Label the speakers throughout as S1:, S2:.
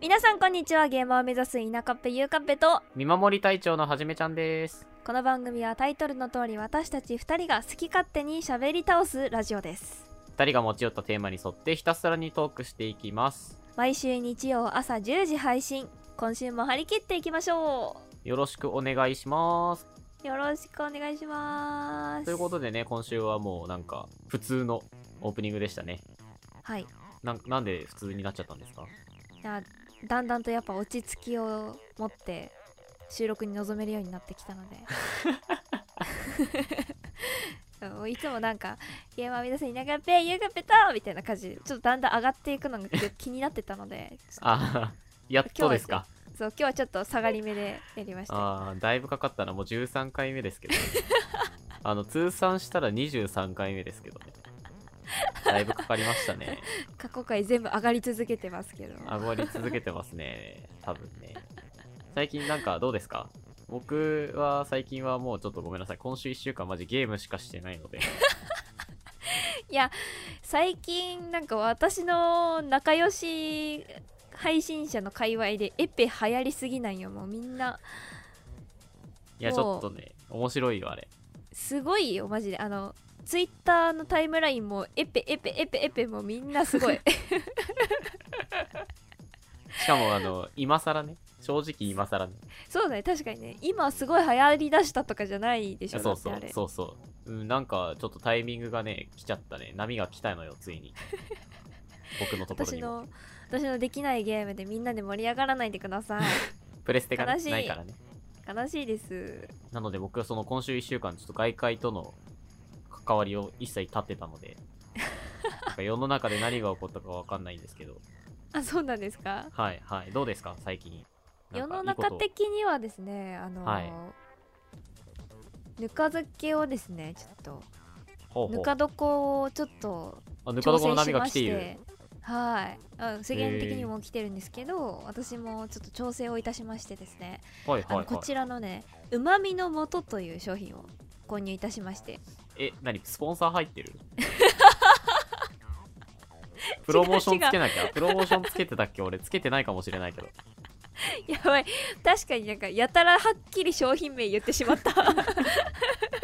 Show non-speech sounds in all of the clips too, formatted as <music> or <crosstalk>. S1: 皆さんこんにちは現場を目指す田舎っぺゆうかっぺと
S2: 見守り隊長のはじめちゃんです。
S1: この番組はタイトルの通り私たち2人が好き勝手に喋り倒すラジオです
S2: 二人が持ち寄ったテーマに沿ってひたすらにトークしていきます。
S1: 毎週日曜朝10時配信今週も張り切っていきましょ
S2: よろしくお願いします。
S1: うよろしくお願いします
S2: ということでね、今週はもうなんか普通のオープニングでしたね。
S1: はい
S2: なんなんで普通になっちゃったんですか
S1: いやだんだんとやっぱ落ち着きを持って収録に臨めるようになってきたの
S2: <laughs>
S1: でそうもういつもなんか「ゲームは皆さんいながらペイゆうがペタ!」みたいな感じでちょっとだんだん上がっていくのが気になってたのでちょっ
S2: あーやっとですか。
S1: とそう今日はちょっと下がり目でやりました
S2: あーだいぶかかったな。もう13回目ですけど、ね。あの、通算したら23回目ですけどね。だいぶかかりましたね。
S1: 過去回全部上がり続けてますけど
S2: あごわり続けてますね。多分ね。最近なんかどうですか僕は最近はもうちょっとごめんなさい。今週1週間マジゲームしかしてないので。
S1: 最近なんか私の仲良し配信者の界隈でエペ流行りすぎなんよもうみんない
S2: や、ち
S1: も
S2: ょ
S1: う
S2: っとね、面白いよ、あれ。
S1: すごいよマジであのツイッターのタイムラインもエペエペエペエペもみんなすご
S2: <laughs>
S1: い
S2: しかも、あの、今更ね。正直今更ね。
S1: そうだね確かにね今すごい流行りだしたとかじゃないで
S2: い
S1: し
S2: や
S1: ょ
S2: そうそ
S1: だっ
S2: う
S1: てあ、れ
S2: そうそう。うん、なんかちょっとタイミングがね、来ちゃったね。波が来たのよ、ついに。僕のところ
S1: 私
S2: にも。
S1: の私のできないゲームでみんなで盛り上がらないでくだ
S2: <laughs>
S1: さい
S2: プレステがね
S1: 悲しい
S2: ないからね。
S1: 悲しいです
S2: なので僕はその今週1週間ちょっと外界との関わりを一切立ってたのでなんか世の中で何が起こったかわかんないんですけど <laughs>
S1: あそうなんですか
S2: はいはいどうですか最近な
S1: 世
S2: んか
S1: の
S2: いいこと
S1: 中的にはですねあの、
S2: はい
S1: ぬか漬けをですねちょっ
S2: ほ
S1: と
S2: うほ
S1: ぬ
S2: う
S1: か床をちょっと
S2: あぬか
S1: 挑
S2: 床の
S1: 戦し
S2: 波が
S1: ま
S2: 来
S1: して
S2: いる
S1: てはいあ世間的にも来てるんですけど私もちょっと調整をいたしましてですね、
S2: はいはい
S1: あ
S2: は
S1: のこ
S2: い
S1: ちらのねうまみの素という商品を購入いたしまして <laughs>
S2: え何スポンサー入ってるプロモーションつけなきゃプロモーションつけてたっけ俺つけてないかもしれないけど
S1: やばい確かになんかやたらはっきり商品名言ってしまった
S2: <laughs>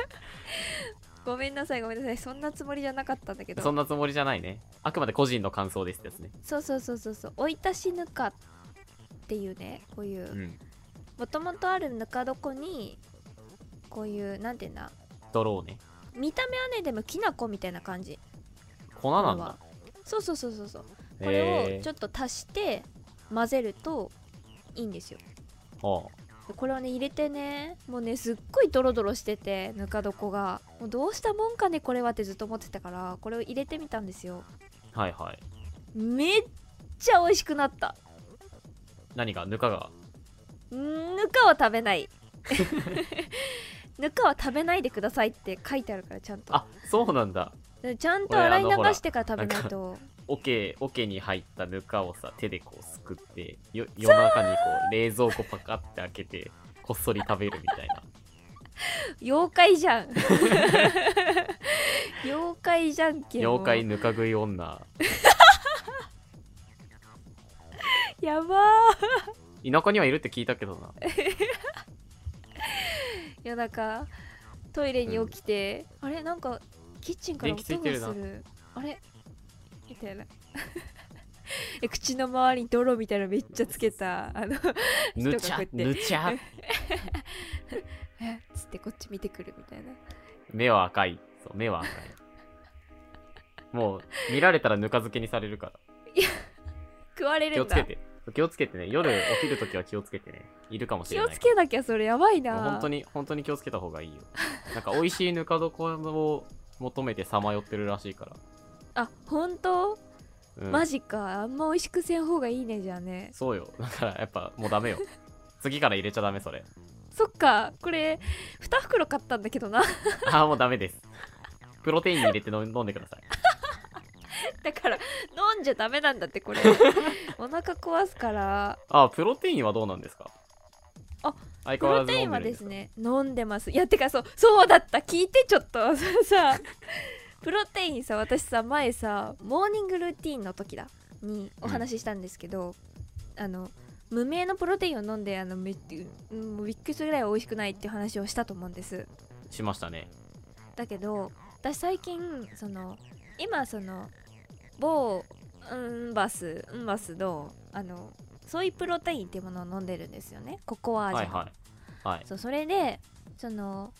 S1: ごめんなさいごめんなさいそんなつもりじゃなかったんだけど
S2: そんなつもりじゃないねあくまで個人の感想ですってやつね
S1: そうそうそうそうそう追い足しぬかっていうねこういううんもともとあるぬか床にこういうなんていうんだ
S2: ドローね
S1: 見た目はねでもきな粉みたいな感じ
S2: 粉
S1: こ
S2: な
S1: れ
S2: ん
S1: は
S2: だ
S1: そうそうそうそうそうこれ
S2: へ
S1: をち
S2: え
S1: ょっと足して混ぜるといいんですよ
S2: ほ
S1: でこれをね入れてねもうねすっごいドロドロしててぬか床がもうどうしたもんかねこれはってずっと思ってたからこれを入れてみたんですよ
S2: うはいはい
S1: めっちゃ美味しくなった
S2: 何かぬかが
S1: ぬかは食べない
S2: <laughs>
S1: ぬかは食べないでくださいって書いてあるからちゃんと
S2: あそうなんだ
S1: ちゃんと洗い流
S2: 俺あのほら
S1: してから食べないと
S2: 桶桶に入ったぬかをさ手でこうすくってよ夜中にこう冷蔵庫パカって開けてこっそり食べる
S1: <laughs>
S2: みたいな
S1: 妖怪じゃん <laughs> 妖怪じゃんけんもう
S2: 妖怪ぬか食い女
S1: やばー
S2: 田舎にはいるって聞いたけ
S1: <laughs>
S2: どな
S1: 夜中トイレに起きて、あれなんかキッチンから
S2: 電気
S1: 音
S2: つい
S1: が
S2: てる
S1: す
S2: な
S1: るあれみたいな <laughs> で口の周りに泥みたいなのめっちゃつけたあの <laughs>
S2: ぬち
S1: 人が
S2: ゃ
S1: こうやって
S2: ぬ
S1: <laughs>
S2: ちゃ
S1: えっつってこっち見てくるみたいな
S2: 目は赤いそう目は赤いもう見られたらぬか漬けにされるから
S1: 食われ
S2: 気
S1: る
S2: を
S1: ん
S2: つ
S1: だ
S2: けて気をつけてね夜起きるときは気をつけてねいるかもし
S1: 気
S2: れ
S1: を
S2: ない
S1: つけなきゃそれやばいな
S2: もう本当に本当に気をつけた方がいいよ <laughs> なんか美味しいぬか床を求めてさまよってるらしいから、
S1: あ本当、
S2: うん、
S1: マジかあんま美味しくせん方がいいねじゃあね
S2: そうよ。だからやっぱもうダメよ。 <laughs> 次から入れちゃダメそれ。 <laughs>
S1: そっかこれ2袋買ったんだけどな
S2: ああ、もうダメです。プロテイン入れて飲ん飲んでください。
S1: だから飲んじゃダメなんだって
S2: <laughs>
S1: これお腹壊すから
S2: ああ、プロテインはどうなんですか
S1: あ、
S2: 相
S1: プ
S2: 変わら
S1: ロ
S2: ず
S1: テイ
S2: 飲
S1: ン
S2: ん
S1: は
S2: でるん
S1: で
S2: ですす
S1: ね飲んでますいやてかそうそうだった聞いてちょっと <laughs> そうさプロテインさ私さ前さモーニングルーティンの時だにお話ししたんですけど、あの無名のプロテインを飲んであのめっうんもうびっくりするぐらい美味しくないっていう話をしたと思うんです
S2: しましたね。
S1: だけど私最近その今その某うんバスうんバスのあのソイプロテインっていうものを飲んでるんですよねココア味
S2: は
S1: の、
S2: いはい。はい。
S1: そうそれでその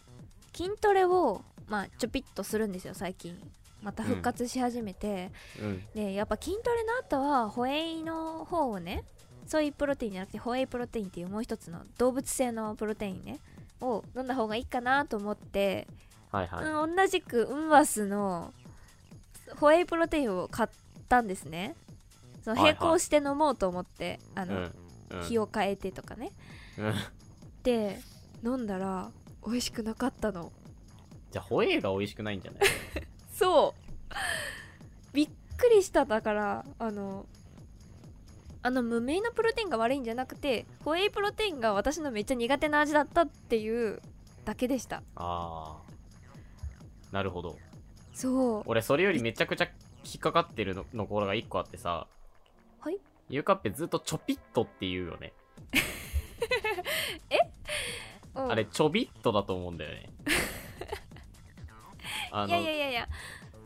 S1: 筋トレを、まあ、ちょぴっとするんですよ最近また復活し始めて、
S2: うん。
S1: でやっぱ筋トレの後はホエイの方をねソイプロテインじゃなくてホエイプロテインっていうもう一つの動物性のプロテインねを飲んだ方がいいかなと思って、
S2: はいはい。
S1: うん、同じくウンバスのホエイプロテインを買ったんですねその
S2: はいは
S1: 並
S2: い
S1: 行して飲もうと思って、
S2: う
S1: あの、
S2: ん。うん
S1: 日を変えてとかね
S2: うん <laughs>
S1: で飲んだら美味しくなかったの
S2: じゃあ、ホエイが美味しくないんじゃない
S1: そうびっくりしただからあのあの無名のプロテインが悪いんじゃなくてホエイプロテインが私のめっちゃ苦手な味だったっていうだけでした
S2: ああ。なるほど。
S1: そう
S2: 俺、それよりめちゃくちゃ引っかかってるののころが一個あってさ。
S1: はい
S2: ゆうかっぺずっとちょぴっとって言うよね。
S1: うん
S2: あれ、ちょびっとだと思うんだよ
S1: <laughs>
S2: ね。あ
S1: い
S2: の
S1: やいやいやいや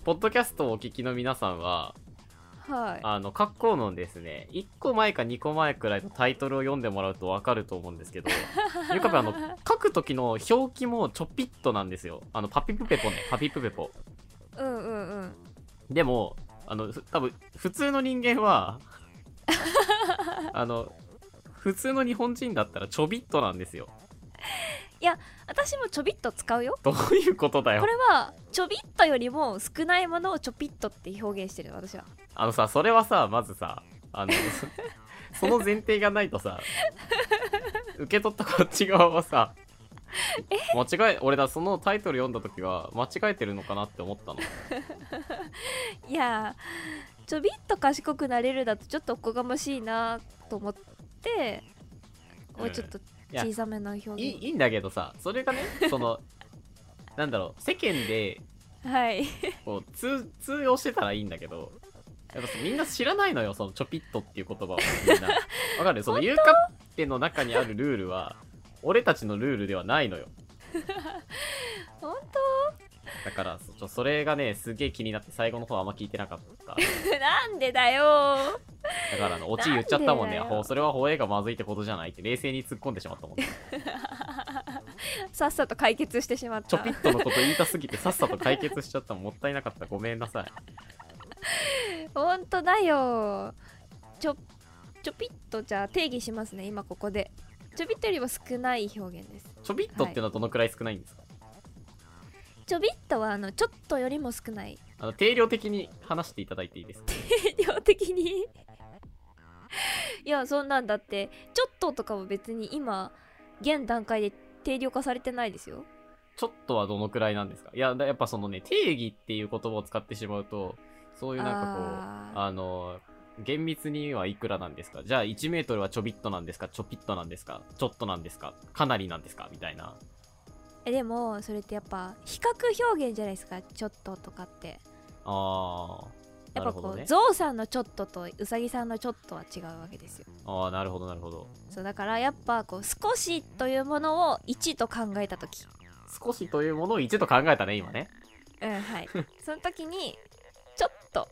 S2: ポッドキャストをお聞きの皆さんは、
S1: はい
S2: あの、格好のですね、1個前か2個前くらいのタイトルを読んでもらうとわかると思うんです
S1: <laughs>
S2: けど、ゆかべあの、書く時の表記もちょぴっとなんですよ。あの、パピプペポね、パピプペポ。
S1: うんうんうん
S2: でも、あの、ふ多分、普通の人間
S1: <laughs>
S2: は、あの、普通の日本人だったらちょびっとなんですよ。
S1: 私もちょびっと使うよ
S2: どういうことだ
S1: こ
S2: よ。
S1: れはちょびっとよりも少ないものをちょぴっとって表現してる私は
S2: あのさ、それはさ、まずさ、あの、 <laughs> そその前提がないとさ、受け取ったこっち側はさ、間違え、俺だ、そのタイトル読んだ時は、間違えてるのかなって思ったの。
S1: いやーちょびっと賢くなれるだとちょっとおこがましいなと思って、もうちょっと
S2: いや
S1: 小さめの表現
S2: いいいいんだけどさ、それがね、その、なんだろう、世間で、
S1: はい
S2: こう、通、通用してたらいいんだけど、やっぱみんな知らないのよ、そのちょぴっとっていう言葉を。みんな。わかるその、ゆうかっぺの中にあるルールは、俺たちのルールではないのよ。
S1: 本
S2: だから、そちょそれがね、すげえ気になって、最後の方あんま聞いてなかった。
S1: 当なんでだよ
S2: だからあの、オチ言っちゃったもんね。
S1: なんでだよ
S2: ほうそれは放映がまずいってことじゃないって、冷静に突っ込んでしまったもんね。
S1: ーさっさと解決してしまっ
S2: ちょ
S1: た
S2: ぴっとのこと言いたすぎて、さっさと解決しちゃったもんもったいなかった。ごめんなさい。
S1: 本当だよちょちょぴっとじゃあ定義しますね今ここでちょびっとよりも少ない表現です
S2: ちょびっとってのはどのくらい少ないんですか、
S1: ちょびっとはあのちょっとよりも少ない
S2: あの、定量的に話していただいていいですか
S1: 量的に <laughs> いやそんなんだってちょっととかも別に今現段階で定量化されてないですよ
S2: ちょっとはどのくらいなんですかいや、だやっぱそのね、定義っていう言葉を使ってしまうと、そういうなんかこう、
S1: あー
S2: あの、厳密にはいくらなんですかじゃあ1メートルはちょびっとなんですかちょぴっとなんですかちょっとなんですかかなりなんですかみたいな。
S1: えでもそれってやっぱ比較表現じゃないですかちょっととかって
S2: あー。
S1: や
S2: な
S1: っぱ
S2: る
S1: こ
S2: ほど
S1: う、
S2: ね。
S1: ゾウさんのちょっととウサギさんのちょっとは違うわけですよ
S2: あー、なるほど、なるほど。
S1: そうだからやっぱこう少しというものを1と考えた時
S2: 少しというものを一度考えたね、今ね。
S1: うんはい <laughs> その時にちょっと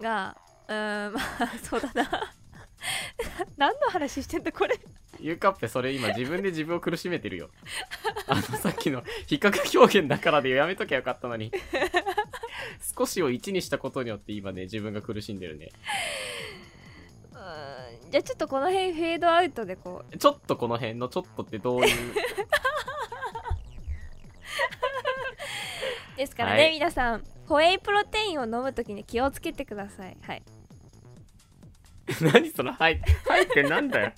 S1: がうーん <laughs> まあそうだな <laughs> 何の話してんだこれ
S2: ゆうかっぺ、それ今自分で自分を苦しめてるよ。あの、さっきの比較表現だからでやめときゃよかったのに。少しを1にしたことによって今ね、自分が苦しんでるね。
S1: うーんじゃあちょっとこの辺フェードアウトでこ
S2: ちょっとこの辺のちょっとってどういう。
S1: うですからね、
S2: はい
S1: 皆さんホエイプロテインを飲むときに気をつけてくださいはい
S2: <laughs> 何その「はい」「はい」ってなんだよ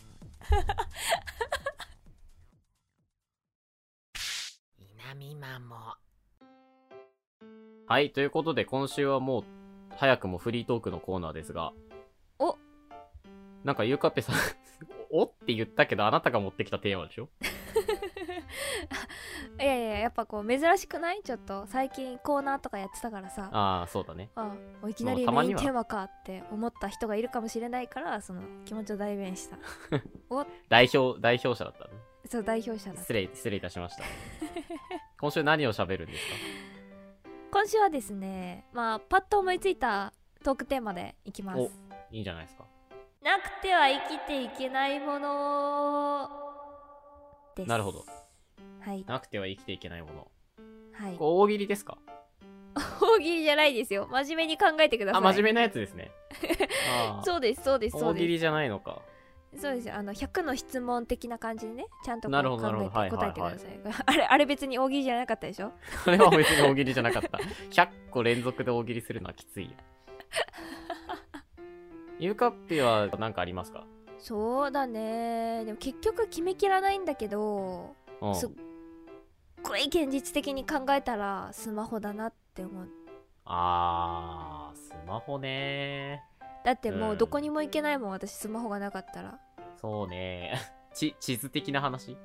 S3: 南マモ
S2: はいということで今週はもう早くもフリートークのコーナーですが
S1: お
S2: なんかゆうかっぺさん <laughs> おって言ったけどあなたが持ってきたテーマでしょ
S1: いやいややっぱこう珍しくないちょっと最近コーナーとかやってたからさ
S2: ああそうだね
S1: あおいきなり
S2: まあたま
S1: メイ
S2: に
S1: ン
S2: は
S1: テーマかって思った人がいるかもしれないからその気持ちを代弁した
S2: 代表代表者だったね
S1: そう代表者だ
S2: 失礼失礼いたしました今週何を喋るんですか
S1: 今週はですねまあパッと思いついたトークテーマでいきます
S2: おいいんじゃないですか
S1: なくては生きていけないものです
S2: なるほど
S1: はい
S2: なくては生きていけないもの
S1: はい
S2: これ大喜利ですか
S1: 大喜利じゃないですよ真面目に考えてくださ
S2: あ
S1: い
S2: 真面目なやつで
S1: <laughs>
S2: すねあー
S1: そうですそうですそう
S2: 大喜
S1: で
S2: 利じゃないのか
S1: すそうですよあの100の質問的な感じでねちゃんとこ
S2: な
S1: う
S2: る
S1: 考
S2: ほどなるほ
S1: え
S2: ど
S1: て答えてくだ
S2: はい
S1: さい <laughs> あれあれ別に大喜利じゃなかったでしょ
S2: それは別に大喜利じゃなかった100個連続で大喜利するのはきついよゆうかっぴは何かありますか
S1: そうだねでも結局決めきらないんだけど
S2: うん
S1: すっごい現実的に考えたらスマホだなって思う
S2: あースマホね
S1: だってもううんどこにも行けないもん私スマホがなかったら <laughs>
S2: そうね <laughs> ち地図的な話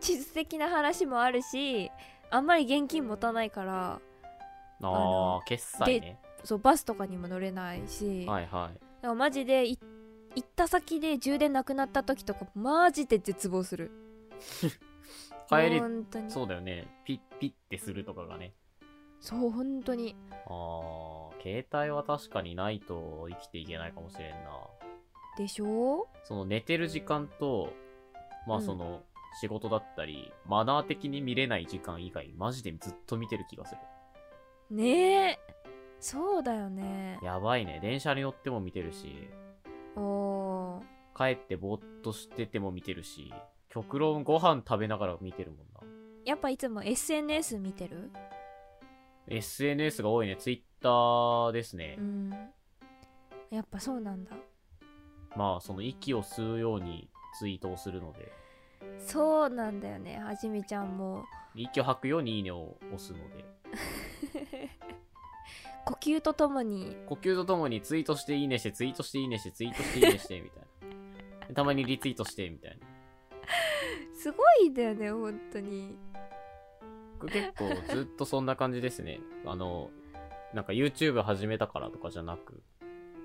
S1: 地図的な話もあるしあんまり現金持たないから
S2: ああ決済ね
S1: そうバスとかにも乗れないし、
S2: はいはい
S1: だからマジでい行った先で充電なくなった時とかマジで絶望する
S2: 帰り
S1: 本当にそう
S2: そうだよねピッピッてするとかがね
S1: 本当に
S2: あー携帯は確かにないと生きていけないかもしれんな
S1: でしょ
S2: その寝てる時間とま
S1: う
S2: あ
S1: ん
S2: その仕事だったり、マナー的に見れない時間以外マジでずっと見てる気がする
S1: ねえそうだよね
S2: やばいね電車に乗っても見てるし
S1: おおー
S2: 帰ってぼーっとしてても見てるし極論ご飯食べながら見てるもんな
S1: やっぱいつも SNS 見てる
S2: SNS が多いね Twitter ですね、
S1: うんやっぱそうなんだ
S2: まあその息を吸うようにツイートをするので
S1: そうなんだよねはじめちゃんも
S2: 息を吐くようにいいねを押すので
S1: 呼吸とともに
S2: 呼吸とともにツイートしていいねしてツイートしていいねしてツイートしていいねしてみたいな <laughs> でたまにリツイートしてみたいな
S1: すごいんだよね本当に
S2: 僕結構ずっとそんな感じですねあのなんか YouTube 始めたからとかじゃなく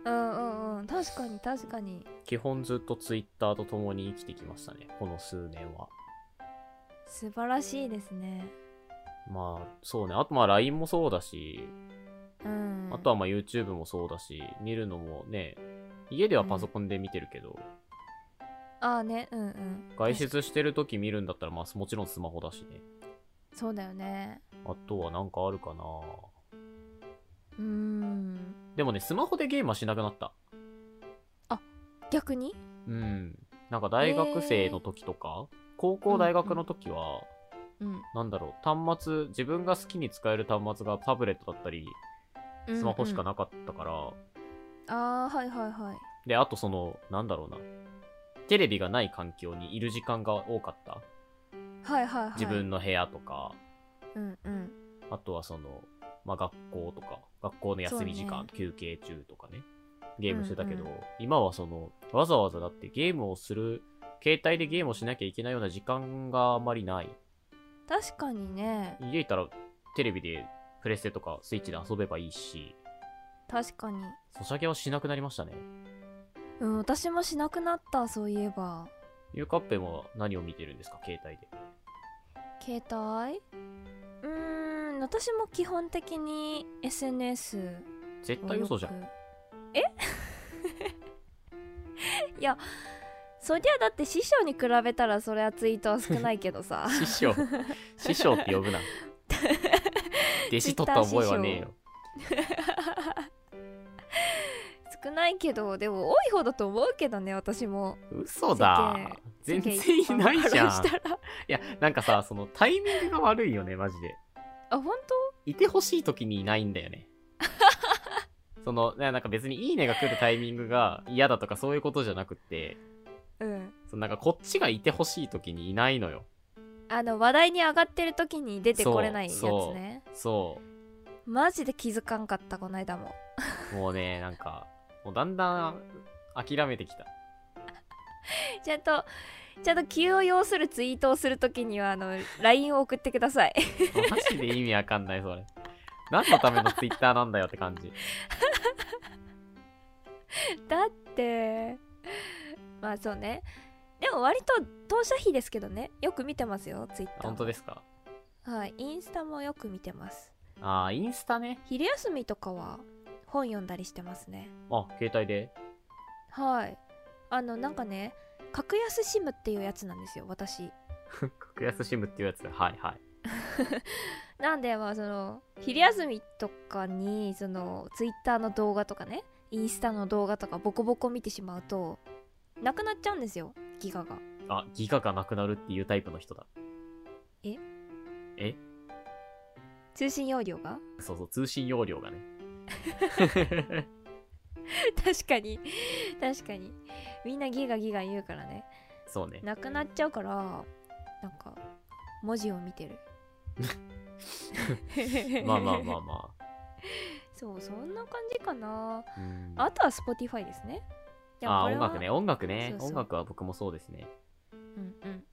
S1: うんうんうん確かに確かに
S2: 基本ずっと Twitter と共に生きてきましたねこの数年は
S1: 素晴らしいですね
S2: まあそうねあとまあ LINE もそうだし
S1: うん
S2: あとはまあ YouTube もそうだし見るのもね家ではパソコンで見てるけど、
S1: ああねうんうん
S2: 外出してる時見るんだったらまあもちろんスマホだしね
S1: そうだよね
S2: あとはなんかあるかな
S1: うーん
S2: でもねスマホでゲームはしなくなった
S1: 逆に
S2: うんなんか大学生の時とか、高校大学の時は、
S1: うん
S2: なんだろう端末自分が好きに使える端末がタブレットだったりスマホしか
S1: な
S2: なかったから、
S1: ああはいはいはい
S2: であとそのなんだろうなテレビがない環境にいる時間が多かった
S1: はいはいはい
S2: 自分の部屋とか、
S1: うんうん
S2: あとはその、まあ、学校とか学校の休み時
S1: そ
S2: 間、
S1: うね
S2: 休憩中とかねゲームしてたけど、
S1: うんう
S2: 今はそのわざわざだってゲームをする携帯でゲームをしなきゃいけないような時間があまりない
S1: 確かにね
S2: 家いたらテレビでプレステとかスイッチで遊べばいいし
S1: 確かに
S2: ソシャゲはしなくなりましたね
S1: うん私もしなくなったそういえば
S2: ゆうかっぺも何を見てるんですか携帯で
S1: 携帯うーん私も基本的に SNS
S2: 絶
S1: を
S2: 対
S1: よ
S2: 嘘
S1: く
S2: じゃん
S1: え <laughs> いやそりゃだって師匠に比べたらそれはツイートは少ないけどさ
S2: <laughs> 師
S1: <laughs>
S2: 匠師匠って呼ぶな弟子取った覚えはねえよ
S1: 少ないけどでも多い方だと思うけどね私も
S2: 嘘だ全然いないじ
S1: 世間一般か
S2: ゃん
S1: らしたら
S2: いや、なんかさ、そのタイミングが悪いよね、マジで。
S1: あ本
S2: いてほしい時にいないんだよ
S1: <laughs>
S2: ね。その、ななんか別にいいねが来るタイミングが嫌だとかそういうことじゃなくって、
S1: 当うん
S2: そのなんかこっちがいてほしい時にいないのよ。
S1: あの話題に上がってる時に出てこれないやつ
S2: そう
S1: ね
S2: そ
S1: マジで気づかんかったこの間も
S2: う。もうね、なん
S1: <laughs>
S2: か、もうだんだん諦めてきた。
S1: ちゃんとちゃんと急を要するツイートをするときにはあの LINE を送ってくだ
S2: <laughs>
S1: さい
S2: マジで意味わかんないそれ何のためのツイッターなんだよって感じ
S1: だってまあそうねでも割と当社費ですけどねよく見てますよツイッター
S2: 本当ですか
S1: はいインスタもよく見てます
S2: ああインスタね
S1: 昼休みとかは本読んだりしてますね
S2: あ携帯で <laughs>
S1: はいあのなんかね格安シムっていうやつなんですよ私
S2: 格安シムっていうやつはいはい
S1: なんでまあその昼休みとかにそのツイッターの動画とかねインスタの動画とかボコボコ見てしまうとなくなっちゃうんですよギガが
S2: あギガがなくなるっていうタイプの人だ
S1: え
S2: え
S1: 通信容量が <laughs>
S2: そうそう通信容量がね
S1: 確かに確かにみんなギガギガ言うからね
S2: そうね
S1: なくなっちゃうからなんか文字を見てる
S2: <laughs> まあまあまあま
S1: <laughs> そうそんな感じかな
S2: あうん
S1: あとは Spotify ですねいや
S2: あ
S1: こ
S2: ー
S1: れ
S2: 音
S1: は
S2: 楽ね音楽ね
S1: そうそう
S2: 音楽は僕もそうですね
S1: うんうん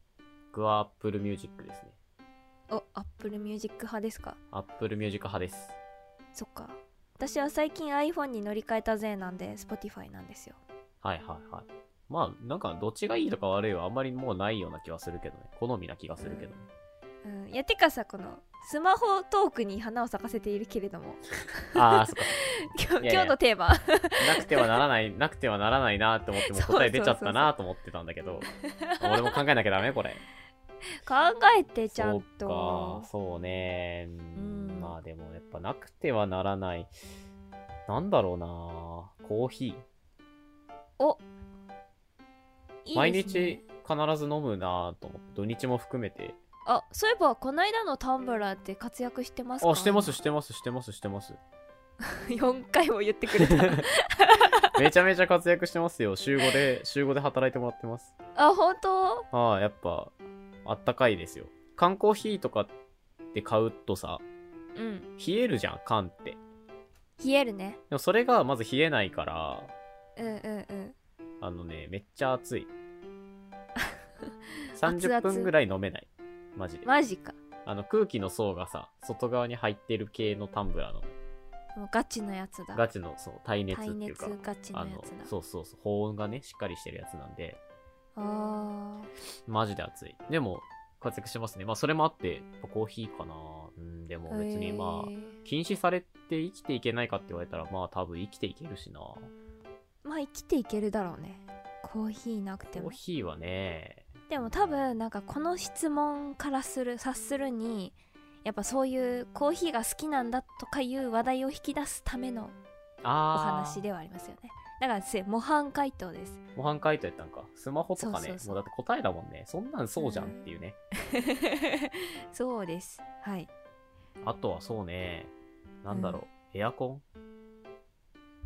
S2: 僕は Apple Music ですね
S1: お Apple Music 派ですか
S2: Apple Music 派です
S1: そっか私は最近 iPhone に乗り換えたぜなんで Spotify なんですよ
S2: はいはいはいまあなんかどっちがいいとか悪いはあんまりもうないような気はするけどね好みな気がするけどね、
S1: うんいやてかさこのスマホトークに花を咲かせているけれども <laughs>
S2: ああそっか
S1: 今日
S2: いやいや
S1: 今日のテーマ <laughs>
S2: なくてはならないなくてはならないなって思ってもう
S1: そうそうそうそう
S2: 答え出ちゃったなと思ってたんだけど俺も考えなきゃダメこれ
S1: 考えて <laughs> ちゃん
S2: そう
S1: と
S2: かそうねうん
S1: うん
S2: まあでもやっぱなくてはならないなんだろうなコーヒー
S1: おいいですね
S2: 毎日必ず飲むなと思って土日も含めて
S1: あそういえばこの間のタンブラーって活躍してますか
S2: あして
S1: <laughs>
S2: ますしてますしてますしてます
S1: 4回も言ってくれ
S2: <laughs>
S1: た
S2: めちゃめちゃ活躍してますよ週5で週5で働いてもらってます
S1: あ本当
S2: ああやっぱあったかいですよ缶コーヒーとかって買うとさ
S1: うん
S2: 冷えるじゃん缶ってで
S1: 冷えるね
S2: もそれがまず冷えないから
S1: うんうんうん
S2: あのねめっちゃ
S1: <laughs>
S2: 熱い
S1: 熱々
S2: 30分ぐらい飲めないマジで
S1: マジか
S2: あの空気の層がさ外側に入ってる系のタンブラーの
S1: もうガチのやつだ
S2: ガチのそう耐熱って
S1: 耐
S2: いう
S1: 熱
S2: か
S1: ガチの
S2: あ
S1: や
S2: の
S1: つだ
S2: そうそうそう保温がねしっかりしてるやつなんで
S1: あ
S2: マジで熱いでも活躍してますねまあそれもあってやっぱコーヒーかなうんでも
S1: ー
S2: 別にまあ、
S1: へー
S2: 禁止されて生きていけないかって言われたらまあ多分生きていけるしなコ
S1: まあ生きていけるだろうねコーヒーなくて
S2: ー
S1: も
S2: ヒーはね
S1: でも多分なんかこの質問からする察するにやっぱそういうコーヒーが好きなんだとかいう話題を引き出すためのお
S2: ああ
S1: 話ではありますよねだからせ模範解答です
S2: <laughs> 模範解答やったんかスマホと
S1: そ
S2: かね
S1: うそうそう
S2: もうだって答えだもんねそんなんそうじゃんっていうね、
S1: そうですはい
S2: あとはそうねなんだろう、エアコ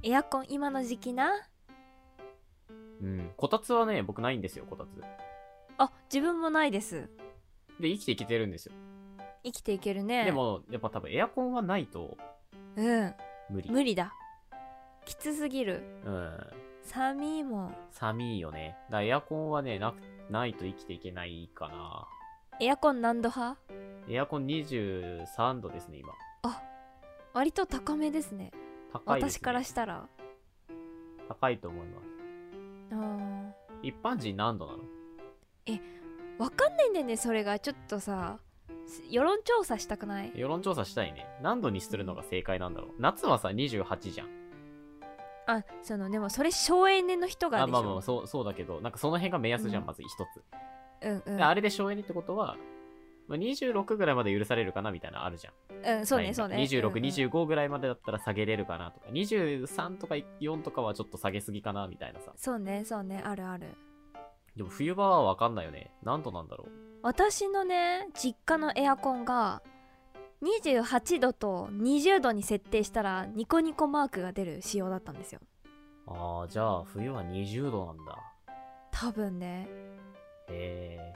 S1: エアコン今の時期な
S2: ンうんこたつはね僕ないんですよこたつ
S1: あ自分もないです
S2: で生きていけてるんですよ
S1: 生きていけるね
S2: でもやっぱ多分エアコンはないと
S1: うん
S2: 無理
S1: 無理だきつすぎる
S2: うん
S1: 寒いもん
S2: 寒いよねだからエアコンはねなくないと生きていけないかな
S1: エアコン何度派
S2: エアコン23度ですね今
S1: 割と高めですね
S2: 高いです、
S1: 私
S2: ね、
S1: からしたら
S2: 高いと思います
S1: うん
S2: 一般人何度なの
S1: わかんないんだよねそれがちょっとさす世論調査したくない
S2: 世論調査したいね何度にするのが正解なんだろう夏はさ28じゃん
S1: あそのでもそれ省エネの人が
S2: あ
S1: でしょ
S2: まあまあそうそうだけどなんかその辺が目安じゃん、
S1: うん
S2: まず一つ、
S1: うんうん
S2: であれで省エネってことはまあ26ぐらいまで許されるかなみたいなのあるじゃ
S1: う
S2: ん
S1: んそうねそうねうんうん
S2: 2625ぐらいまでだったら下げれるかなとか23とか4とかはちょっと下げすぎかなみたいなさ
S1: そうねそうねあるある
S2: でも冬場は分かんないよね何度なんだろう
S1: 私のね実家のエアコンが28度と20度に設定したらニコニコマークが出る仕様だったんですよ
S2: あーじゃあ冬は20度なんだ
S1: 多分ね
S2: へえ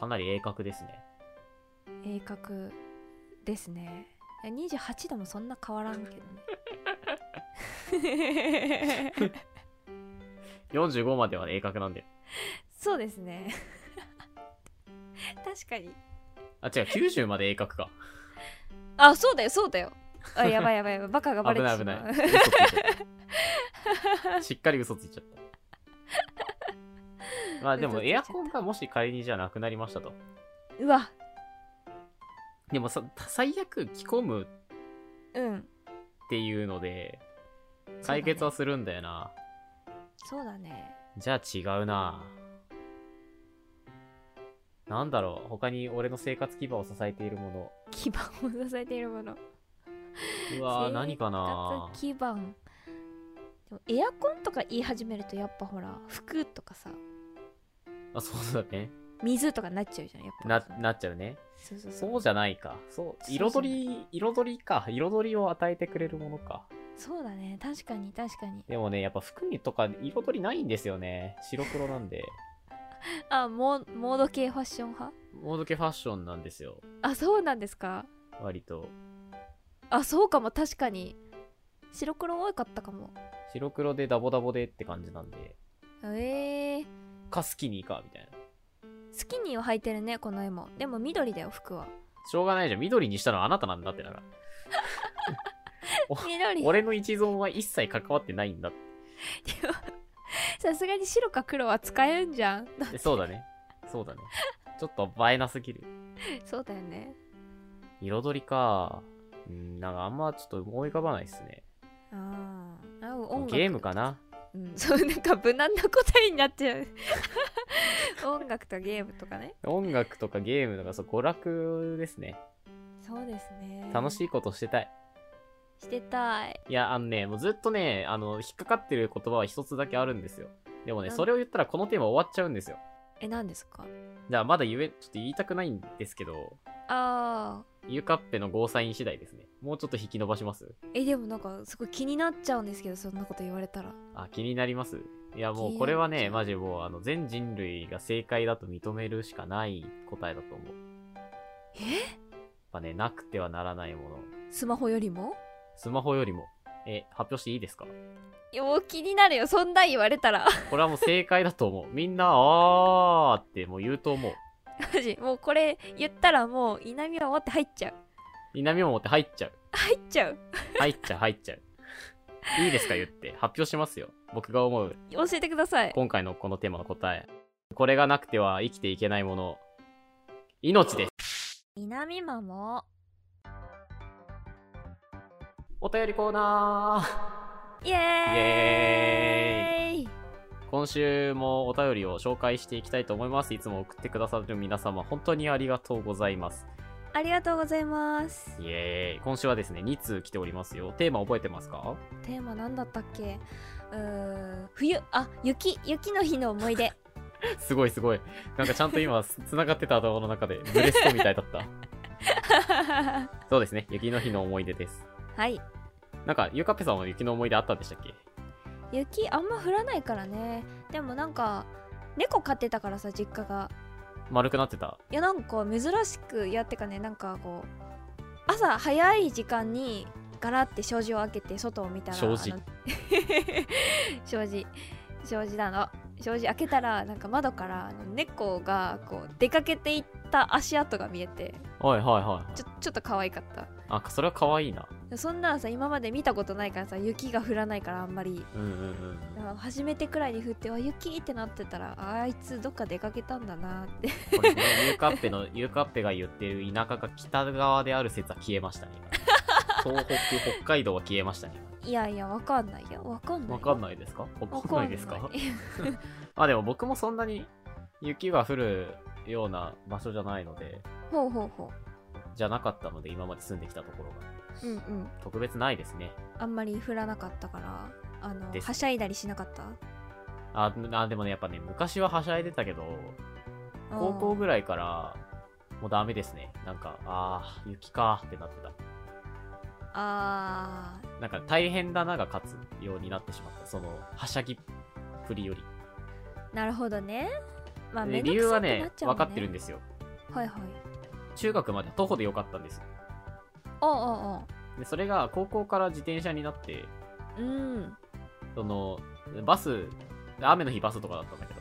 S2: かなり鋭角ですね
S1: 鋭角ですねいや28度もそんな変わらんけどね
S2: <laughs> 45までは鋭角なんだよ
S1: そうですね確かに
S2: あ違う90まで鋭角か
S1: あそうだよそうだよあやばいやばいやばいバカがバレ
S2: 危
S1: て
S2: ない
S1: し
S2: 危ない
S1: <laughs> まう
S2: 嘘ついちゃったしっかり嘘ついちゃったまあで
S1: 嘘
S2: も
S1: ついち
S2: エ
S1: ゃ
S2: ア
S1: った
S2: コンがもし仮にじゃなくなりましたと
S1: うわ
S2: でもさ最悪着込むっ
S1: うん
S2: ていうので
S1: ね
S2: 解決はするんだよな、
S1: そうだね
S2: じゃあ違うななんだろう他に俺の生活基盤を支えているもの
S1: 基盤を支えているもの
S2: うわー
S1: 生活
S2: 何かな
S1: 活基盤でもエアコンとか言い始めるとやっぱほら服とかさ
S2: あそうだね
S1: 水とかなっちゃうじゃんやっぱ
S2: ななっちゃうね
S1: そうそうそう
S2: そうじゃないかそう
S1: そうじゃない
S2: 彩り彩りか彩りを与えてくれるものか
S1: そうだね確かに確かに
S2: でもねやっぱ服にとか彩りないんですよね白黒なんで
S1: あモモード系ファッション派
S2: モード系ファッションなんですよ
S1: あそうなんですか
S2: 割と
S1: あそうかも確かに白黒多かったかも
S2: 白黒でダボダボでって感じなんで
S1: えー、
S2: かスキニーかみたいな
S1: スキニーを履いてるねこの絵もでも緑だよ服は
S2: しょうがないじゃん緑にしたのはあなたなんだってだから
S1: 緑
S2: 俺の一存は一切関わってないんだっ
S1: <laughs> さすがに白か黒は使えるんじゃんだ
S2: てそうだねそうだねちょっと映えなすぎる
S1: <laughs> そうだよね
S2: 彩りかうんなんかあんまちょっと思い浮かばないですね
S1: あーあ音楽
S2: ゲームかな
S1: うんそうなんか無難な答えになっちゃう <laughs> 音楽とゲームとかね
S2: 音楽とかゲームとかそう娯楽ですね
S1: そうですね
S2: 楽
S1: い
S2: しいことしてたい
S1: してたい
S2: いやあのねもうずっとねあの引っかかってる言葉は一つだけあるんですよでもね
S1: なん
S2: それを言ったらこのテーマ終わっちゃうんですよ
S1: え何ですか
S2: じゃあまだ言えちょっと言いたくないんですけど
S1: あ
S2: ゆかっぺのゴーサイン次第ですねもうちょっと引き伸ばします
S1: ーえでもなんかすごい気になっちゃうんですけどそんなこと言われたら
S2: あ、気になりますいや、もうこれは
S1: 気に
S2: ね、
S1: な
S2: マジもう、あの、全人類が正解だと認めるしかない答えだと思う。
S1: え
S2: やっぱね、なくてはならないもの。
S1: スマホよりも
S2: スマホよりも。え、発表していいですか
S1: いやもう気になるよそんなん言われたら <laughs>
S2: これはもう正解だと思う。 <laughs> みんな、あーってもう言うと思う。
S1: マジもうこれ言ったらもう稲見は持って入っちゃう
S2: 南を持って入っちゃう。
S1: 入っちゃう
S2: 入っちゃう、入っちゃう。いいですか言って。発表しますよ。僕が思う、
S1: 教えてください
S2: 今回のこのテーマの答え。これがなくては生きていけないもの。命です。
S1: 稲見マも
S2: お便りコーナー
S1: イエ
S2: イエ
S1: ーイ
S2: ーイ今週もお便りを紹介していきたいと思います。いつも送ってくださる皆様、本当にありがとうございます。
S1: ありがとうございます
S2: イエーイ。今週はですね、2通来ておりますよ。テーマ覚えてますか <laughs>
S1: テーマなんだったっけうーん冬あ雪雪の日の思い <laughs> 出
S2: すごいすごい。なんかちゃんと今、す <laughs> 繋がってた頭の中で、ブレストみたい
S1: <laughs>
S2: だった。
S1: は
S2: そうですね、雪の日の思い出です。
S1: い
S2: なんか、ゆかっぺさんは雪の思い出あったんでしたっけ
S1: 雪あんま降らないからねでもなんか猫飼ってたからさ実家が
S2: 丸くなってた。
S1: いやなんか珍しくいやってかねなんかこう朝早い時間にガラって障子を開けて外を見たら
S2: 障子
S1: あの <laughs> 障子障子なの障子開けたらなんか窓からあの猫がこう出かけていった足跡が見えて
S2: はいはいはい、はい
S1: ちょちょっと可愛かった
S2: あ、それは可愛いな。
S1: そんなんさ今まで見たことないからさ雪が降らないからあんまり
S2: うんうんうん。
S1: あ初めてくらいに降ってわ雪ってなってたらああいつどっか出かけたんだなって <laughs>
S2: これね、ゆかっぺの、ゆかっぺが言ってる田舎が北側である説は消えましたね。今東北、北海道は消えましたね。
S1: いやいやわかんないよわかんないよ
S2: わかんないですかわかんないですか
S1: わかんない <laughs>
S2: あ、でも僕もそんなに雪が降るような場所じゃないので、
S1: ほうほうほ
S2: じゃなかったので、今まで住んできたところが。
S1: ううんうん
S2: 特別ないですね。
S1: あんまり降らなかったからあの
S2: です
S1: はしゃいだりしなかった
S2: あ、あでもね、やっぱね、昔ははしゃいでたけど、高校ぐらいから、もうダメですね。なんか、あー、雪かーってなってた。
S1: あー
S2: なんか、大変だなが勝つようになってしまった。その、はしゃぎっぷりより。
S1: あーなるほどねまあ
S2: で
S1: 面
S2: 理
S1: 倒く
S2: 由
S1: さくな
S2: はね
S1: っちゃうも
S2: 分
S1: んね
S2: かってるんですよ
S1: はいはい
S2: 中学まで徒歩でよかったんですよ
S1: おうおうおう
S2: でそれが高校から自転車になって
S1: うん
S2: そのバス雨の日バスとかだったんだけど、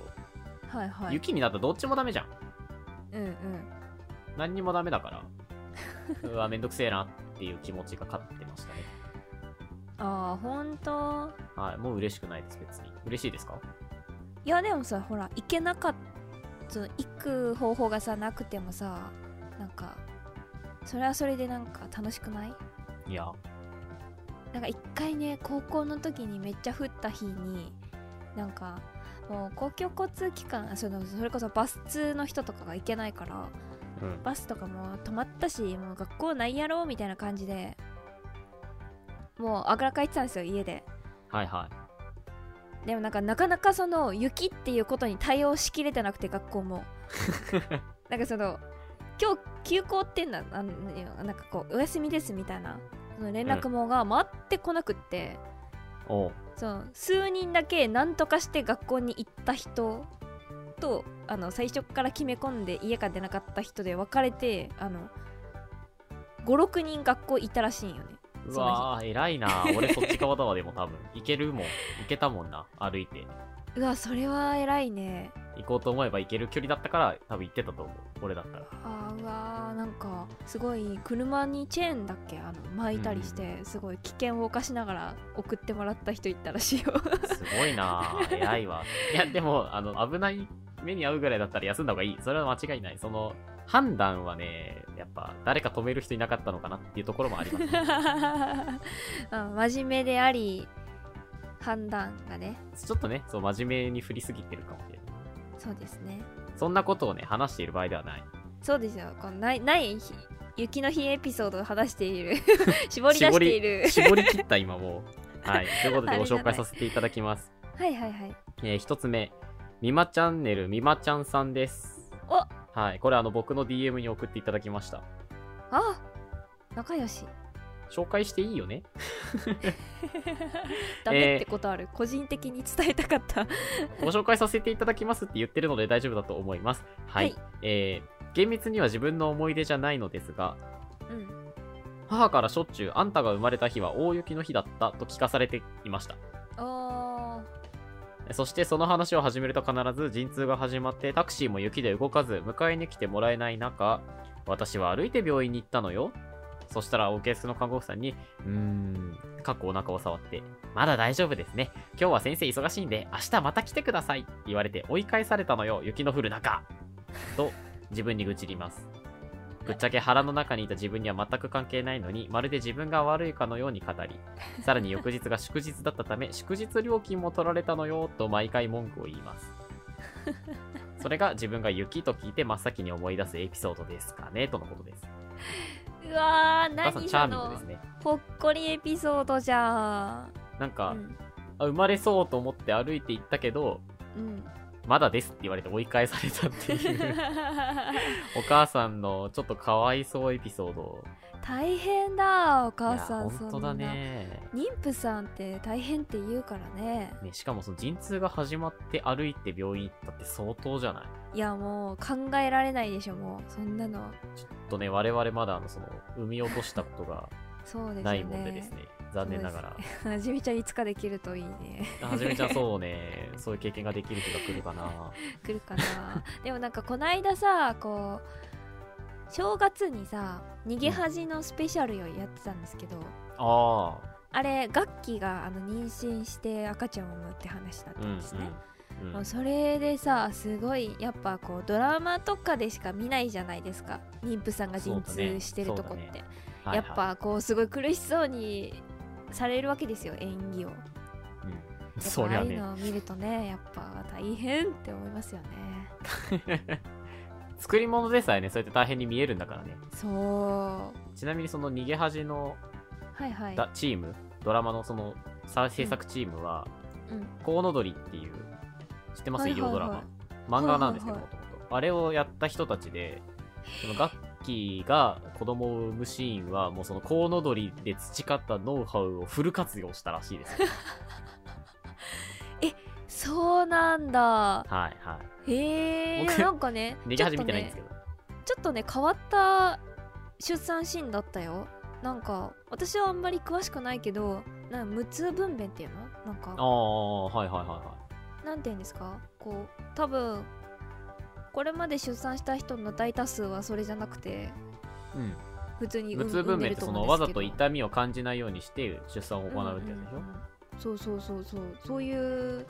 S1: はいはい
S2: 雪になったらどっちもダメじゃん
S1: うんうん
S2: 何にもダメ
S1: <laughs>
S2: だからうわめんどくせえなっていう気持ちが勝ってましたね
S1: ああほんと
S2: はいもう嬉しくないです別に嬉しいですか
S1: いやでもさほら行けなかった行く方法がさなくてもさなんかそれはそれでなんか楽しくない
S2: いや
S1: なんか一回ね高校の時にめっちゃ降った日になんかもう公共交通機関そのそれこそバス通の人とかが行けないから
S2: うん
S1: バスとかも止まったしもう学校ないやろみたいな感じでもうあぐらかいてたんですよ家で
S2: はいはい
S1: でもなんかなかなかその雪っていうことに対応しきれてなくて学校もなんかその今日休校ってんだあのなんかこうお休みですみたいなその連絡網が回ってこなくって、
S2: おう
S1: その数人だけ何とかして学校に行った人とあの最初から決め込んで家から出なかった人で別れてあの56人学校いたらしいんよね
S2: うわー偉いな俺そっち側だわでも多分行けるもん行けたもんな歩いて
S1: うわそれは偉いね
S2: 行こうと思えば行ける距離だったから多分行ってたと思う俺だったら
S1: あーうわーなんかすごい車にチェーンだっけあの巻いたりして、すごい危険を冒しながら送ってもらった人いたらし <laughs> いよ
S2: すごいなぁ、偉いわ。いや、でも、あの、危ない目に遭うぐらいだったら休んだ方がいい。それは間違いない。その、判断はね、やっぱ、誰か止める人いなかったのかなっていうところもあります。
S1: <laughs> あ真面目であり判断がね
S2: ちょっとね、そう、真面目に振りすぎてるかもしれない。
S1: そうですね
S2: そんなことをね、話している場合ではない。
S1: そうですよこのないない日雪の日エピソードを話して
S2: <laughs>
S1: いる絞り出している
S2: 絞り切った今もう。はい。ということで
S1: あ
S2: ご
S1: れじゃない
S2: 紹介させていただきます。
S1: はいはいはい
S2: えー一つ目、みまチャンネル、みまちゃんさんです。
S1: お
S2: はい。これ、あの、僕の DM に送っていただきました。
S1: あ仲良
S2: <laughs>
S1: し
S2: 紹介していいよ <laughs> ね
S1: ダメってことある、個人的に伝えたかった
S2: ご紹介させていただきますって言ってるので大丈夫だと思います。はい。
S1: はい
S2: えー厳密には自分の思い出じゃないのですが、
S1: うん
S2: 母からしょっちゅうあんたが生まれた日は大雪の日だったと聞かされていました。
S1: あ
S2: そしてその話を始めると必ず陣痛が始まってタクシーも雪で動かず迎えに来てもらえない中、私は歩いて病院に行ったのよ。そしたらオーケスの看護婦さんに、うーん、かっこお腹を触って、まだ大丈夫ですね。今日は先生忙しいんで明日また来てくださいって言われて追い返されたのよ、雪の降る中。と、自分に愚痴ります。ぶっちゃけ腹の中にいた自分には全く関係ないのに、まるで自分が悪いかのように語り、さらに翌日が祝日だったため、 <laughs> 祝日料金も取られたのよ、と毎回文句を言います。
S1: <laughs>
S2: それが自分が雪と聞いて真っ先に思い出すエピソードですかね、とのことです。
S1: ーうわー
S2: お母さん
S1: 何
S2: チャー
S1: そ
S2: ミングで
S1: の
S2: すね。
S1: ぽっこりエピソードじゃん
S2: なん
S1: う
S2: か、
S1: ん、
S2: あ生まれそうと思って歩いて行ったけど、 <laughs>
S1: うん、
S2: まだですって言われて追い返されたっていう
S1: <laughs>
S2: お母さんのちょっとかわいそうエピソード。
S1: 大変だお母さん
S2: いや本当だね。
S1: そんな妊婦さんって大変って言うからね
S2: ね、しかもその陣痛が始まって歩いて病院行ったって相当じゃない
S1: いやもう考えられないでしょもうそんなの
S2: ちょっとね我々まだあのその産み落としたことが
S1: そうですよね
S2: ないもんでですね残念ながら
S1: は <laughs> じめちゃんいつかできるといいね <laughs>
S2: はじめちゃんそうねそういう経験ができる日が来るかな
S1: 来るかな <laughs> でもなんかこないださこう正月にさ逃げ恥のスペシャルをやってたんですけど、
S2: あ
S1: あれ楽器があの妊娠して赤ちゃんを産むって話だっ
S2: ー
S1: た
S2: うん
S1: んですね、
S2: うん、
S1: も
S2: う、
S1: うんそれでさすごいやっぱこうドラマとかでしか見ないじゃないですか妊婦さんが陣
S2: そうだね
S1: 痛してるとこって、
S2: そうだ
S1: やっぱこうすごい苦しそうにされるわけですよ演技をや
S2: はいはい、うん、
S1: っ
S2: そ
S1: ぱ
S2: り
S1: あ
S2: ゃ
S1: あいう
S2: ね
S1: のを見るとねやっぱ大変って思いますよね
S2: 作り物でさえねそうやって大変に見えるんだからね
S1: そうは
S2: ちなみにその逃げ恥の
S1: いはい
S2: だチームドラマのそのさ制作チームは、
S1: うん
S2: コウノドリっていう知ってます
S1: はい
S2: 医
S1: はいはい
S2: 療ドラマ、漫画なんですけど
S1: は
S2: も
S1: い
S2: ともとあれをやった人たちでそのガッキーが子供を産むシーンはもうそのコウノドリで培ったノウハウをフル活用したらし
S1: <laughs>
S2: いですよ
S1: そうなんだ
S2: はいはい
S1: へえ
S2: 僕
S1: なんかね
S2: 逃
S1: ち
S2: げ
S1: ょっ
S2: 始
S1: と
S2: めてないん
S1: ね
S2: ですけど、
S1: ちょっとね変わった出産シーンだったよなんか私はあんまり詳しくないけどなんか無痛分娩っていうのなん
S2: あ
S1: か
S2: あはいはいはいはい
S1: なんて言うんですかこう多分これまで出産した人の大多数はそれじゃなくて
S2: うん
S1: 普通に産
S2: 無痛分
S1: 産んで
S2: 娩っ
S1: る
S2: て
S1: と
S2: そ
S1: 思う
S2: の
S1: ん
S2: わ
S1: で
S2: ざ
S1: すけど
S2: と痛みを感じないようにして出産を行うみたいなでしょ、
S1: うんうんうんそうそうそうそうそういう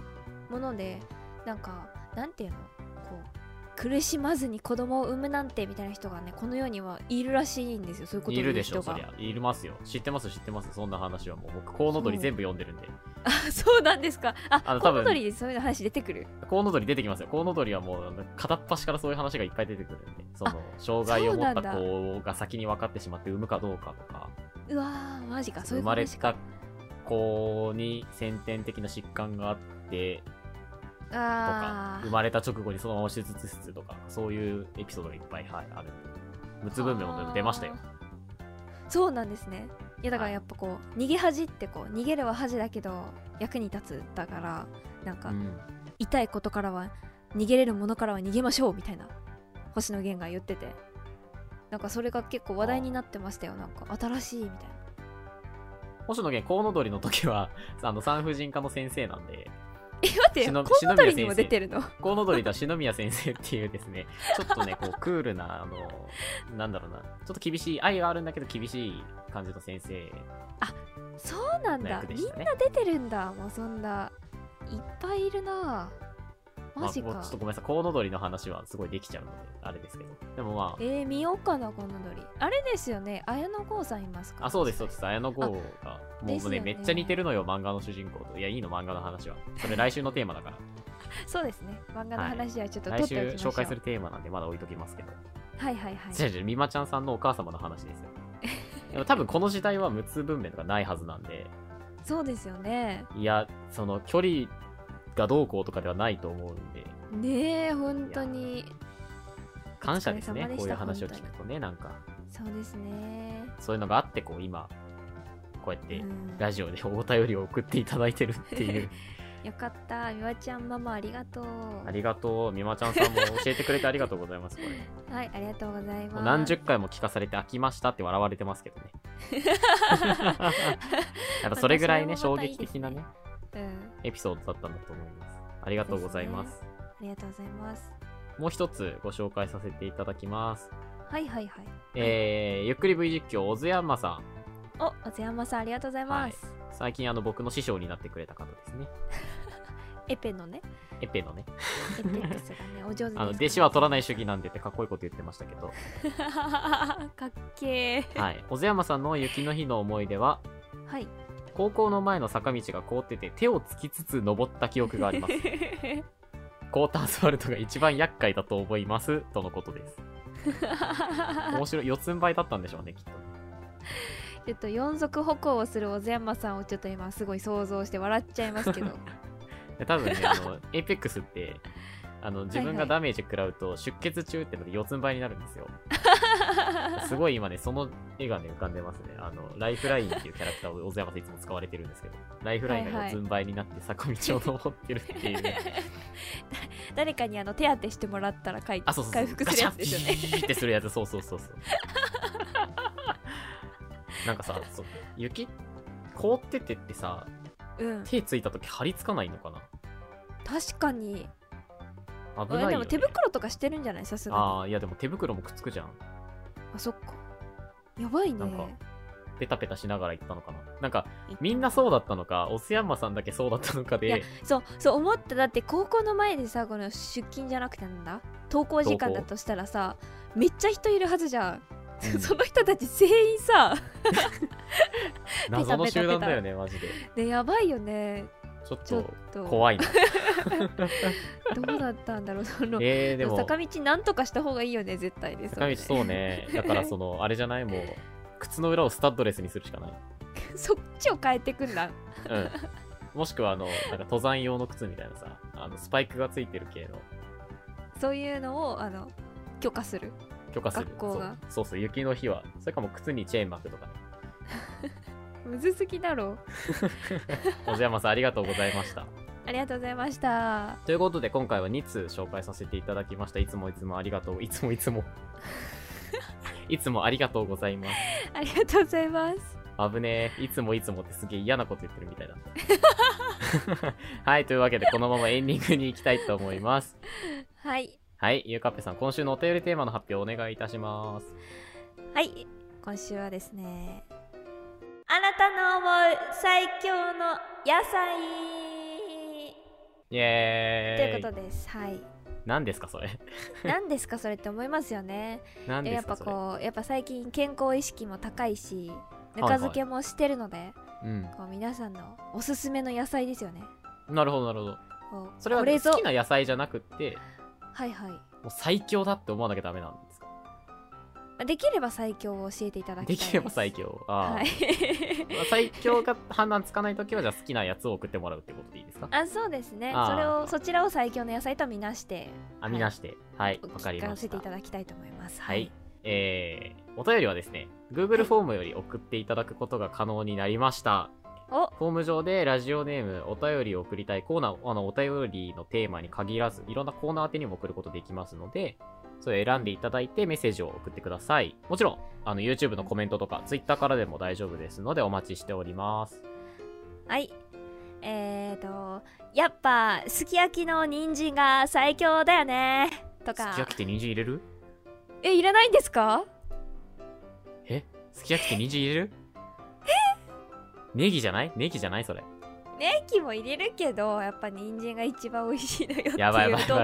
S1: ものでなんかなんていうのこう苦しまずに子供を産むなんてみたいな人がねこの世にはいるらしいんですよそういうことを
S2: い
S1: 言
S2: る
S1: う
S2: でし
S1: 人
S2: ょそ
S1: が
S2: りゃいますよ知ってます知ってますそんな話はもう僕コウノドリ全部読んでるんで
S1: あそうなんですかあ
S2: あの
S1: コ
S2: 多
S1: ウ
S2: 分
S1: ノドリでそういう話出てくる
S2: コウノドリ出てきますよコウノドリはもうあの片っ端からそういう話がいっぱい出てくるんでそ
S1: あ
S2: の障害を持
S1: そ
S2: った
S1: うなんだ
S2: 子が先に分かってしまって産むかどうかとか
S1: うわーマジかそうい
S2: 生
S1: う
S2: まれ
S1: 話か
S2: た子に先天的な疾患があってとか
S1: あ
S2: 生まれた直後にそのまま手術室とかそういうエピソードがいっぱい、はい、ある無痛分娩も出ましたよ
S1: ーそうなんですねいやだからやっぱこう逃げ恥ってこう逃げるは恥だけど役に立つだからなんか、
S2: うん
S1: 痛いことからは逃げれるものからは逃げましょうみたいな星野源が言っててなんかそれが結構話題になってましたよなんか新しいみたいな
S2: 星野源コウノドリの時はあの産婦人科の先生なんで
S1: え待って
S2: しの
S1: コウノトリに
S2: 篠宮先
S1: も
S2: 生
S1: 出てるの
S2: コウノドリと篠宮先生っていうで
S1: <laughs>
S2: すねちょっとねこうクールなあのなんだろうなちょっと厳しい愛はあるんだけど厳しい感じの先生
S1: そうなん
S2: の
S1: だ、
S2: 役で
S1: みん
S2: した
S1: な
S2: ね
S1: 出てるんだもうそんないっぱいいるなぁマジか、
S2: まあ、ちょっとごめんなさいコウノドリの話はすごいできちゃうのであれですけどでもま
S1: えー、見ようかなコウノドリあれですよね綾野剛さんいますか
S2: ああそうですそうです綾野剛がもう
S1: で
S2: ね
S1: すよね
S2: めっちゃ似てるのよ漫画の主人公といやいいの漫画
S1: <laughs>
S2: の話はそれ来週のテーマだから
S1: そうですね漫画の話はちょっと取
S2: 来
S1: っ
S2: 週
S1: ておきましょう
S2: 紹介するテーマなんでまだ置いときますけど
S1: はいはいはい
S2: 違う違う、みまちゃんさんのお母様の話
S1: <laughs>
S2: ですよ。でも多分この時代は無痛分娩とかないはずなんで、
S1: そうですよね
S2: いや、その距離がどうこうとかではないと思うんで、
S1: ねえ本当に
S2: 感謝です
S1: お疲れ
S2: ね
S1: 様。でした
S2: こういう話を聞くとね、なんか、
S1: そうですね
S2: そういうのがあって、こう今、こうやって
S1: うん
S2: ラジオで <laughs> お便りを送っていただいてるって
S1: <laughs>
S2: いう。
S1: よかったみわちゃんママありがとう
S2: ありがとう。みまちゃんさんも教えてくれてありがとうございま
S1: <laughs>
S2: す、これ。
S1: はいありがとうございま
S2: もう
S1: す
S2: 何十回も聞かされて飽きましたって笑われてますけどね。
S1: <laughs>
S2: やっぱそれぐらいね、
S1: まあそれも
S2: 衝
S1: またい
S2: 撃
S1: いです
S2: 的
S1: ね
S2: なね、
S1: うん
S2: エピソードだったんだと思います。ありがとうございます。
S1: ありがとうございます
S2: もう一つご紹介させていただきます。
S1: はいはいはい
S2: えー、ゆっくり V 実況、小津山さん。
S1: お松山さんありがとうございます、
S2: 最近あの僕の師匠になってくれた方ですね。
S1: エペのね
S2: エペのね。
S1: エペックスがねお上手です
S2: あの、弟子は取らないい主義なんでってかっこいいこと言ってましたけど。
S1: <laughs> かっけー
S2: はい。小津山さんの雪の日の思い出は、
S1: はい
S2: 高校の前の坂道が凍ってて手をつきつつ登った記憶があります。凍ったアスファルトが一番厄介だと思います。とのことです。面白い。四つん這いだったんでしょうね、きっと。
S1: <laughs> ちょっと四足歩行をする小津山さんをちょっと今すごい想像して笑っちゃいますけど
S2: <laughs> で多分ね、あの、 <laughs> エイペックスって、あの、自分がダメージ食らうと、出血中ってので四つん這いになる
S1: <laughs>
S2: んですよ。すごい今ね、その絵がね、浮かんでますね。あの、ライフラインっていうキャラクターを小山さんいつも使われてるんですけど、ライフラインが四つん這いになって坂道を登ってるっていう、
S1: <laughs> 誰かにあの手当てしてもらったら回
S2: あ、そうそうそう。
S1: 回復するやつですよね
S2: ガチャピーってするやつ、そうそうそう <laughs> そう。なんかさ、そう雪、凍っててってさ、
S1: うん
S2: 手ついた時張り付かないのかな
S1: 確かに
S2: 危ないよ、ね。
S1: でも手袋とかしてるんじゃないさすがに
S2: ああ、いやでも手袋もくっつくじゃん。
S1: あそっかやばいね
S2: なんかペタペタしながら行ったのかななんかみんなそうだったのかオスヤンマさんだけそうだったのか
S1: いや
S2: で
S1: そうそう思っただって高校の前でさこの出勤じゃなくてなんだ登校時間だとしたらさめっちゃ人いるはずじゃん、
S2: うん
S1: <laughs> その人たち全員さ、
S2: 謎の集団だよねマジで
S1: ね、やばいよね
S2: ちょっ
S1: ちょっ
S2: と
S1: と
S2: 怖いな
S1: どうだったんだろうその、
S2: <laughs> えー、でも
S1: 坂道なんとかした方がいいよね絶対で
S2: 坂道
S1: そ
S2: そうねだからそのあれじゃないもう靴の裏をスタッドレスにするしかない、
S1: うそっちを変えてくんだ
S2: うん、もしくはあのなんか登山用の靴みたいなさあのスパイクがついてる系の
S1: そういうのをあの許可する
S2: 許可する
S1: 学校が
S2: そうそうそう雪の日はそれかもう靴にチェーン巻くとかね
S1: むずすぎだろ
S2: 小津山さんありがとうございました
S1: ありがとうございました
S2: ということで今回は2通紹介させていただきましたいつもいつもありがとういつもい
S1: <laughs>
S2: つもいつもありがとうございま
S1: ありがとうございます
S2: す危ねえいつもいつもってすげえ嫌なこと言ってるみたいだった
S1: <laughs>
S2: はいというわけでこのままエンディングに行きたいと思います
S1: はい
S2: はい、ゆうかっぺさん、今週のお便りテーマの発表お願いいたします。
S1: はい今週はですねあなたの思う最強の野菜と
S2: イエーイ
S1: いうことですはい
S2: 何ですか、それ。
S1: 何ですかそれって思いますよね
S2: <laughs> 何
S1: え
S2: で
S1: やっ
S2: すか、
S1: ぱ
S2: それ。
S1: こうやっぱ最近健康意識も高いし
S2: い
S1: ぬか漬けもしてるので、
S2: うん。
S1: こう皆さんのおすすめの野菜ですよね
S2: なるほど、なるほど。
S1: こう
S2: それは
S1: こ
S2: ね、
S1: れぞ
S2: 好きな野菜じゃなくって、
S1: はいはい
S2: もう最強だって思わなきゃダメなんですか。
S1: まあできれば最強を教えていただきたい
S2: で
S1: です
S2: きれば最強。あ
S1: はい <laughs>
S2: ー、まあ最強が判断つかないときは、じゃあ好きなやつを送ってもらうってことでいいですか
S1: あそうですね
S2: あー
S1: それをそちらを最強の野菜とみなして
S2: あ、みなして。はい、
S1: お
S2: わ、かり
S1: 聞
S2: ま
S1: か
S2: し
S1: せてい
S2: た
S1: た。だきたいと思います
S2: はい。えー、お便りはですね、Google フォームより送っていただくことが可能になりました。
S1: お
S2: フォーム上でラジオネーム、お便りを送りたいコーナー、あの、お便りのテーマに限らず、いろんなコーナー宛てにも送ることできますので、それを選んでいただいてメッセージを送ってください。もちろん、あの、YouTube のコメントとか、Twitter からでも大丈夫ですので、お待ちしております。
S1: はいえーとやっぱすき焼きの人参が最強だよねと
S2: すき
S1: か
S2: 焼きって人参入れる
S1: えいらないんですか
S2: えすき焼きって人参入れるネギじゃないネギじゃないそれ。
S1: ネギも入れるけどやっぱ人参が一番美味しいのよっていうト
S2: やばいやばい
S1: ークは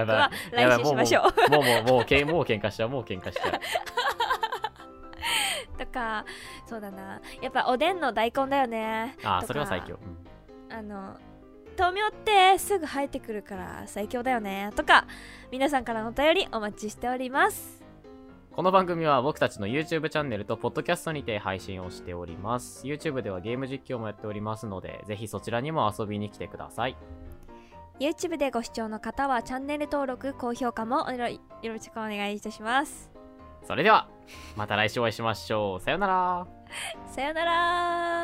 S2: やば
S1: 来
S2: い
S1: 週しましょう
S2: もうもう、もう、もう、もうけんもう喧嘩しちゃう、もう喧嘩しちゃう。
S1: とかそうだなやっぱおでんの大根だよね
S2: あ
S1: と
S2: あ、
S1: か
S2: それは最強。うん
S1: あの豆苗ってすぐ生えてくるから最強だよねとか皆さんからのお便りお待ちしております
S2: この番組は僕たちの YouTube チャンネルと Podcast にて配信をしております。YouTube ではゲーム実況もやっておりますので、ぜひそちらにも遊びに来てください。
S1: YouTube でご視聴の方はチャンネル登録高評価もおろよろしくお願いいたします
S2: それでは、また来週お会いしましょう。さようなら。
S1: さよなら